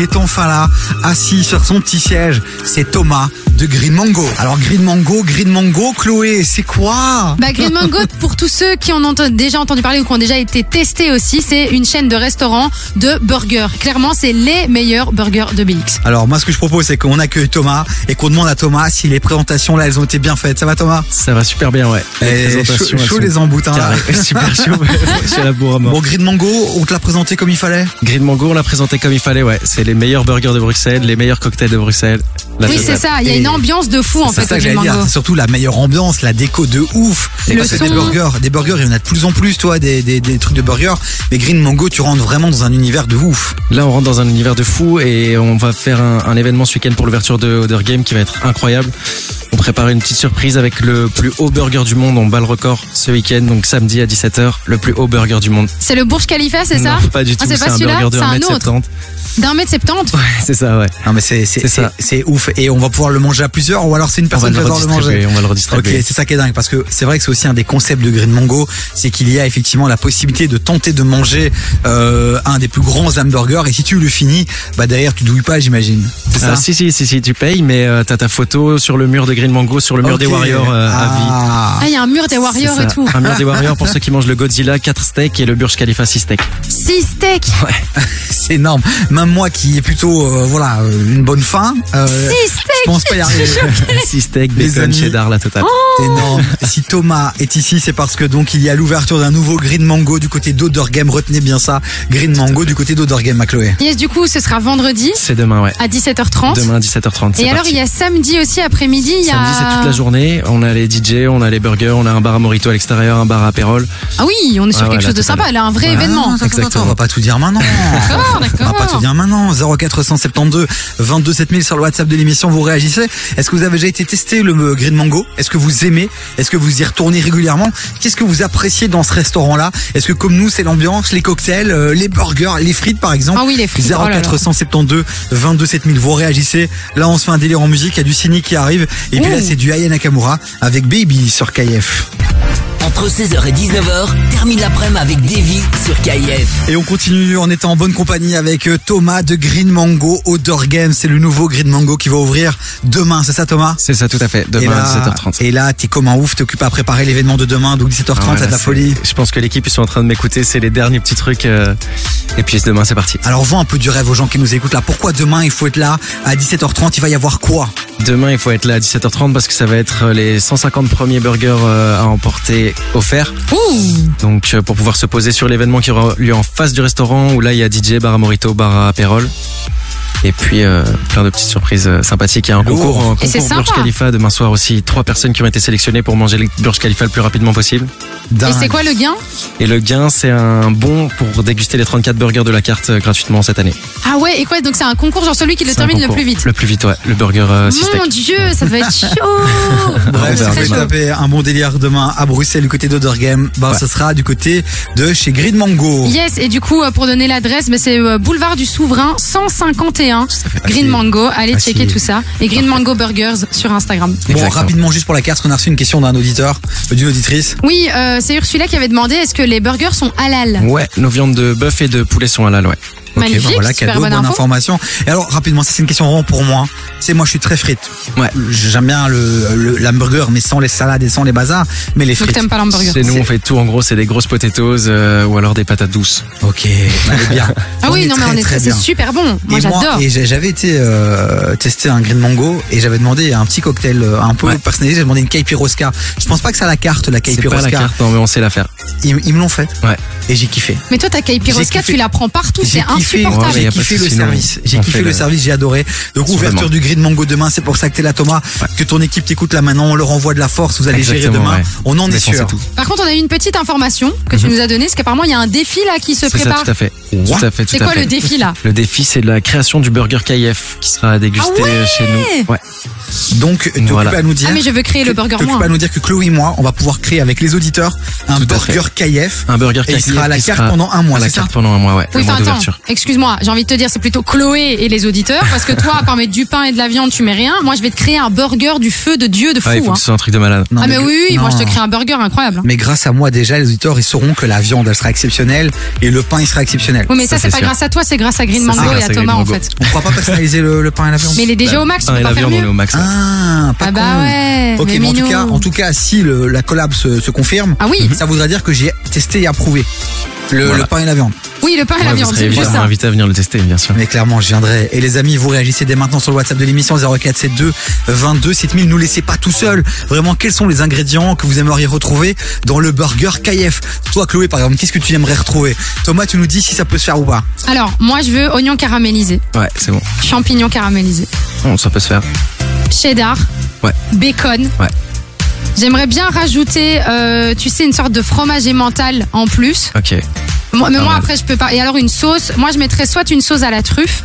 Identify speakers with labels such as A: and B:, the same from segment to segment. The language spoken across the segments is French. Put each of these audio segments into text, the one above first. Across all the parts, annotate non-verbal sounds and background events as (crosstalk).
A: est enfin là, assis sur son petit siège. C'est Thomas de Green Mango. Alors Green Mango, Green Mango, Chloé, c'est quoi
B: Bah, Green Mango, pour tous ceux qui en ont ent- déjà entendu parler ou qui ont déjà été testés aussi, c'est une chaîne de restaurants de burgers. Clairement, c'est les meilleurs burgers de BX.
A: Alors moi ce que je propose c'est qu'on accueille Thomas et qu'on demande à Thomas si les présentations là elles ont été bien faites. Ça va Thomas
C: Ça va super bien, ouais.
A: Eh, chaud, chaud les emboutins
C: (laughs)
A: là.
C: super chaud. C'est la bourre à mort.
A: Bon Green Mango, on te l'a présenté comme il fallait
C: Green Mango, on l'a présenté comme il fallait, ouais. C'est les meilleurs burgers de Bruxelles, les meilleurs cocktails de Bruxelles. La
B: Oui,
C: totale.
B: c'est ça. Il y a
A: Et-
B: une ambiance de fou, en
A: C'est
B: fait,
A: ça
B: au
A: que j'allais
B: Green
A: dire,
B: Mango.
A: c'est surtout la meilleure ambiance, la déco de ouf.
B: Le
A: Parce que des
B: son.
A: burgers, des burgers, il y en a de plus en plus, toi, des, des, des trucs de burgers. Mais Green Mango, tu rentres vraiment dans un univers de ouf.
C: Là, on rentre dans un univers de fou et on va faire un, un événement ce week-end pour l'ouverture de Other Game qui va être incroyable. On prépare une petite surprise avec le plus haut burger du monde. On bat le record ce week-end, donc samedi à 17h, le plus haut burger du monde.
B: C'est le Burj Khalifa, c'est ça
C: Non, Pas du
B: Ah,
C: tout.
B: c'est
C: c'est
B: pas
C: un
B: celui-là,
C: burger de
B: c'est un autre.
C: 1m70.
B: D'un mètre septante
C: (laughs) C'est ça, ouais.
A: Non, mais c'est, c'est,
C: C'est
A: c'est,
C: ça.
A: c'est ouf. Et on va pouvoir le manger à plusieurs, ou alors c'est une
C: On va
A: personne
C: le
A: qui va devoir le
C: redistribuer.
A: manger.
C: On va le
A: Ok,
C: redistribuer.
A: c'est ça qui est dingue parce que c'est vrai que c'est aussi un des concepts de Green Mango, c'est qu'il y a effectivement la possibilité de tenter de manger euh, un des plus grands hamburgers et si tu le finis, bah derrière tu douilles pas, j'imagine. Hein C'est ça.
C: Ah, si, si, si, si, tu payes, mais euh, t'as ta photo sur le mur de Green Mango, sur le mur des
A: Ok.
C: Warriors euh, à vie.
A: Ah.
B: Ah, il y a un mur des Warriors
C: C'est
B: et
C: ça.
B: tout.
C: Un mur des Warriors
B: (laughs)
C: pour ceux qui mangent le Godzilla, 4 steaks et le Burj Khalifa 6 steaks.
B: Six steaks
A: C'est énorme. Même moi qui ai plutôt euh, voilà euh, une bonne faim, euh,
B: Six steaks
A: je pense pas y arriver.
C: 6 steaks,
A: Les
C: bacon,
A: amis.
C: cheddar, la totale.
B: Oh.
A: C'est énorme. Si Thomas est ici, c'est parce que donc il y a l'ouverture d'un nouveau Green Mango du côté d'Odor Game. Retenez bien ça, Green Mango du côté d'Odor Game, à Chloé.
B: Yes, du coup, ce sera vendredi
C: C'est demain, ouais.
B: à 17h30.
C: Demain 17h30.
B: Et alors, il y a samedi aussi, après-midi, il y a...
C: Samedi, c'est toute la journée. On a les DJ, on a les burgers, on a un bar à morito à l'extérieur, un bar à apérole.
B: Ah oui, on est sur
C: Ouais,
B: quelque
C: ouais,
B: chose de
C: la totale.
B: sympa. Là, un vrai événement.
A: Ah, attends, attends, on va pas tout dire (laughs) maintenant.
B: D'accord,
A: On va pas tout
B: d'accord.
A: dire maintenant. 0472 22 7000 sur le WhatsApp de l'émission, vous réagissez. Est-ce que vous avez déjà été testé le euh, Green Mango Est-ce que vous aimez Est-ce que vous y retournez régulièrement Qu'est-ce que vous appréciez dans ce restaurant-là Est-ce que comme nous, c'est l'ambiance, les cocktails, euh, les burgers, les frites par exemple
B: Ah oui, les frites. oh là là.
A: 0472 22 7000 vous réagissez là on se fait un délire en musique il y a du Cynic qui arrive et puis là
B: Ouh.
A: c'est du Aya Nakamura avec Baby sur KF
D: Entre 16h et 19h, termine l'après-midi avec Davy sur KIF.
A: et on continue en étant en bonne compagnie avec euh, Thomas de Green Mango Odor Game c'est le nouveau Green Mango qui va ouvrir demain c'est ça Thomas
C: C'est ça, tout à fait. Demain
A: et là,
C: à 17h30.
A: et là t'es comme un ouf t'occupes à préparer l'événement de demain donc 17h30
C: Ah ouais,
A: t'as de
C: là,
A: la
C: c'est-
A: folie
C: Je pense que l'équipe, ils sont en train de m'écouter. C'est les derniers petits trucs. euh, Et puis demain, c'est parti.
A: alors vends un peu du rêve aux gens qui nous écoutent là pourquoi demain il faut être là à 17h30 il va y avoir quoi
C: Demain, il faut être là à 17h30 parce que ça va être euh, les 150 premiers burgers euh, à emporter offerts.
B: Ouh.
C: Donc, euh, pour pouvoir se poser sur l'événement qui aura lieu en face du restaurant où là, il y a DJ, bar à Morito, bar à Pérol. Et puis, euh, plein de petites surprises euh, sympathiques. Il y a un
A: Lourd.
C: concours, un
B: Et c'est
C: concours Burj
B: sympa.
C: Khalifa demain soir aussi. Trois personnes qui ont été sélectionnées pour manger le Burj Khalifa le plus rapidement possible.
B: Et
A: Dingue.
B: c'est quoi le gain
C: Et le gain, c'est un bon pour déguster les 34 burgers de la carte euh, gratuitement cette année.
B: Ah ouais, et quoi Donc c'est un concours, genre celui qui le
C: C'est un
B: termine le
C: concours.
B: plus vite. Mmh.
C: Le plus vite, ouais. Le burger euh, six steaks.
B: Mon dieu, ça va être chaud
A: Bref,
C: Ouais,
A: si vous
C: demain.
A: tapez un bon délire demain à Bruxelles du côté d'Odor Game, bah,
C: Ouais.
A: ça sera du côté de chez Green Mango.
B: Yes, et du coup, euh, pour donner l'adresse, mais c'est euh, boulevard du Souverain 151, Green
A: Facile.
B: Mango. Allez
A: Facile.
B: checker tout ça. Et Green Mango Burgers sur Instagram.
A: Bon,
C: Exactement.
A: rapidement, juste pour la carte, on a reçu une question d'un auditeur, euh, d'une auditrice.
B: Oui, euh, c'est Ursula qui avait demandé est-ce que les burgers sont halal
C: Ouais, nos viandes de bœuf et de poulet sont halal, ouais.
B: Magnifique,
A: bah voilà,
B: super
A: cadeau,
B: bonne
A: bonne,
B: info.
A: information. Et alors, rapidement, ça c'est une question vraiment pour moi. C'est moi, je suis très frite.
C: Ouais.
A: J'aime bien le, le- l'hamburger, mais sans les salades et sans les bazars, mais les
B: Donc
A: frites.
B: t'aimes pas l'hamburger
C: C'est nous, on fait tout. En gros, c'est des grosses potatoes euh, ou alors des patates douces.
A: Ok, on est bien.
B: Ah
A: est
B: oui, non, mais
A: très,
B: on est
A: très
B: c'est
A: bien.
B: super bon. Moi,
A: et
B: j'adore.
A: et j'ai- j'avais été euh, tester un green mango et j'avais demandé un petit cocktail euh, un peu
C: Ouais.
A: personnalisé. J'ai demandé une caipiroska. Je pense pas que c'est à la carte la
C: C'est pas la
A: caipiroska.
C: carte, non, mais on sait la faire.
A: Ils, ils me l'ont fait.
C: Ouais.
A: Et j'ai kiffé.
B: Mais toi, ta
A: J'ai
B: caipiroska,
A: kiffé.
B: tu la prends partout, c'est
A: J'ai kiffé,
B: insupportable.
C: Ouais, mais y
A: j'ai
C: a pas de
A: kiffé le
C: souci, non.
A: service. J'ai
C: On
A: kiffé
C: fait
A: le
C: le-
A: service, j'ai adoré. Donc
C: Sûrement.
A: ouverture du Green Mango demain, c'est pour ça que t'es là Thomas, que ton équipe t'écoute là maintenant, on leur envoie de la force, vous allez gérer
C: Exactement,
A: demain.
C: ouais.
A: On en est
C: Défoncez
A: sûr.
C: tout.
B: Par contre, on a eu une petite information que tu nous as donnée, parce qu'apparemment, il y a un défi là qui se
C: C'est ça,
B: prépare.
C: tout à fait.
A: What
C: Tout à fait, tout
B: C'est
C: à
B: quoi
C: fait.
B: le défi là
C: Le défi, c'est la création du burger KF qui sera dégusté
B: Ah ouais
C: chez nous. Ouais.
A: Donc, t'occupes
C: Voilà.
A: à nous dire.
B: Ah, mais je veux créer le burger
A: t'occupes
B: moi.
A: à nous dire que Chloé et moi, on va pouvoir créer avec les auditeurs un
C: Tout à fait.
A: burger KF.
C: Un burger
A: Et il
C: Kaki
A: sera à la
C: qui
A: carte pendant un mois,
C: à la
A: c'est ça
C: carte pendant un mois, ouais.
B: Oui,
C: un mois
B: enfin, attends,
C: d'ouverture.
B: excuse-moi, j'ai envie de te dire, c'est plutôt Chloé et les auditeurs, parce que toi, à part mettre du pain et de la viande, tu mets rien. Moi, je vais te créer un burger du feu de Dieu de fou.
C: Ah, il faut
B: hein.
C: que ce soit un truc de malade.
A: Non,
B: ah, mais oui, oui, moi, je te
A: non.
B: crée un burger incroyable. hein.
A: Mais grâce à moi, déjà, les auditeurs, ils sauront que la viande, elle sera exceptionnelle et le pain, il sera exceptionnel.
B: Oui, mais ça, c'est
C: Ça, c'est
B: pas
C: sûr.
B: grâce à toi, c'est grâce à Green
C: Ça, c'est
B: Mango et
C: grâce
B: à
C: à Green
B: Thomas, en
C: Mango.
B: fait.
A: On pourra pas personnaliser le, le pain et la viande.
B: Mais il est déjà
C: Bah,
B: au max, tu
C: pain
B: peux
C: et
B: pas
C: la
B: faire
C: viande, on est
B: mieux.
C: au max. ouais.
A: Ah, pas
B: Ah bah
A: con.
B: ouais.
A: Ok, mais,
B: mais
A: en tout
B: minou.
A: cas, en tout Mhm. cas, si le- la collab se, se confirme,
B: Ah oui.
A: ça voudra dire que j'ai testé et approuvé le,
C: Voilà.
A: le pain et la viande.
B: Oui, le pain et la
C: Ouais, vous
B: viande,
C: serez
B: c'est juste
C: évidemment
B: ça.
C: invité à venir le tester, bien sûr.
A: Mais clairement, je viendrai. Et les amis, vous réagissez dès maintenant sur le WhatsApp de l'émission 0472 22 7000. Nous laissez pas tout seul. Vraiment, quels sont les ingrédients que vous aimeriez retrouver dans le burger KF Toi, Chloé, par exemple, qu'est-ce que tu aimerais retrouver Thomas, tu nous dis si ça peut se faire ou pas.
B: Alors, moi, je veux oignon caramélisé,
C: Ouais, c'est bon.
B: champignons caramélisés,
C: Bon, ça peut se faire.
B: cheddar,
C: Ouais.
B: bacon.
C: Ouais.
B: J'aimerais bien rajouter, euh, tu sais, une sorte de fromage émental en plus.
C: Ok.
B: Moi, mais
C: Pas
B: moi,
C: mal.
B: après, je peux pas. Et alors, une sauce. Moi, je mettrais soit une sauce à la truffe,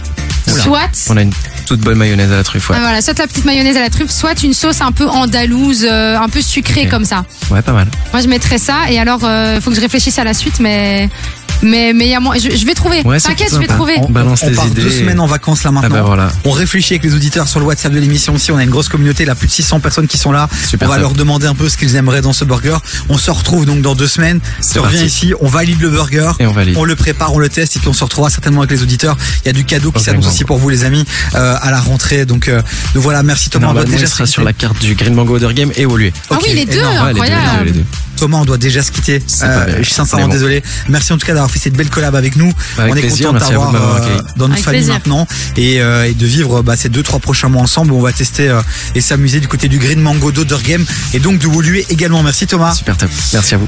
C: Oula.
B: soit.
C: On a une toute bonne mayonnaise à la truffe, ouais.
B: Ah, voilà, soit la petite mayonnaise à la truffe, soit une sauce un peu andalouse, euh, un peu sucrée
C: Ok.
B: comme ça.
C: Ouais, pas mal.
B: Moi, je mettrais ça. Et alors, euh, faut que je réfléchisse à la suite, mais. Mais mais il y a moins. Je, je vais trouver.
C: Ouais, c'est
B: T'inquiète, je
C: sympa.
B: vais trouver.
C: On balance
A: On
C: les
A: part
C: idées.
A: deux semaines en vacances là maintenant.
C: Ah bah voilà.
A: On réfléchit avec les auditeurs sur le WhatsApp de l'émission aussi. On a une grosse communauté, là, plus de 600 personnes qui sont là.
C: Super
A: on va
C: top.
A: leur demander un peu ce qu'ils aimeraient dans ce burger. On se retrouve donc dans deux semaines.
C: C'est
A: Tu reviens
C: parti.
A: ici, on valide le burger.
C: Et on valide.
A: On le prépare, on le teste et puis on se retrouvera certainement avec les auditeurs. Il y a du cadeau qui
C: Ok,
A: s'annonce
C: bon.
A: aussi pour vous les amis euh, à la rentrée. Donc, euh, donc voilà, merci Thomas. On doit
C: Normalement,
A: déjà
C: il
A: se
C: sera
A: quitter.
C: bah, sur la carte du Green Mango Other Game et Woluwe.
B: Ah oui, les
A: Ok,
B: deux,
A: énorme.
C: Ouais, les deux, les deux,
B: incroyable.
C: les deux.
A: Thomas, on doit déjà se quitter.
C: C'est
A: Euh,
C: pas bien.
A: je suis sincèrement
C: Mais bon.
A: désolé. Merci en tout cas d'avoir fait cette belle collab avec nous.
C: Avec
A: on est
C: plaisir,
A: content de
C: merci à vous
A: t'avoir
C: de m'avoir
A: euh,
C: accueilli.
A: dans notre
B: Avec
A: famille
B: plaisir.
A: maintenant et, euh, et de vivre bah, ces deux trois prochains mois ensemble. On va tester euh, et s'amuser du côté du Green Mango d'Other Game et donc de Woluwe également. Merci Thomas.
C: Super top. Merci à vous.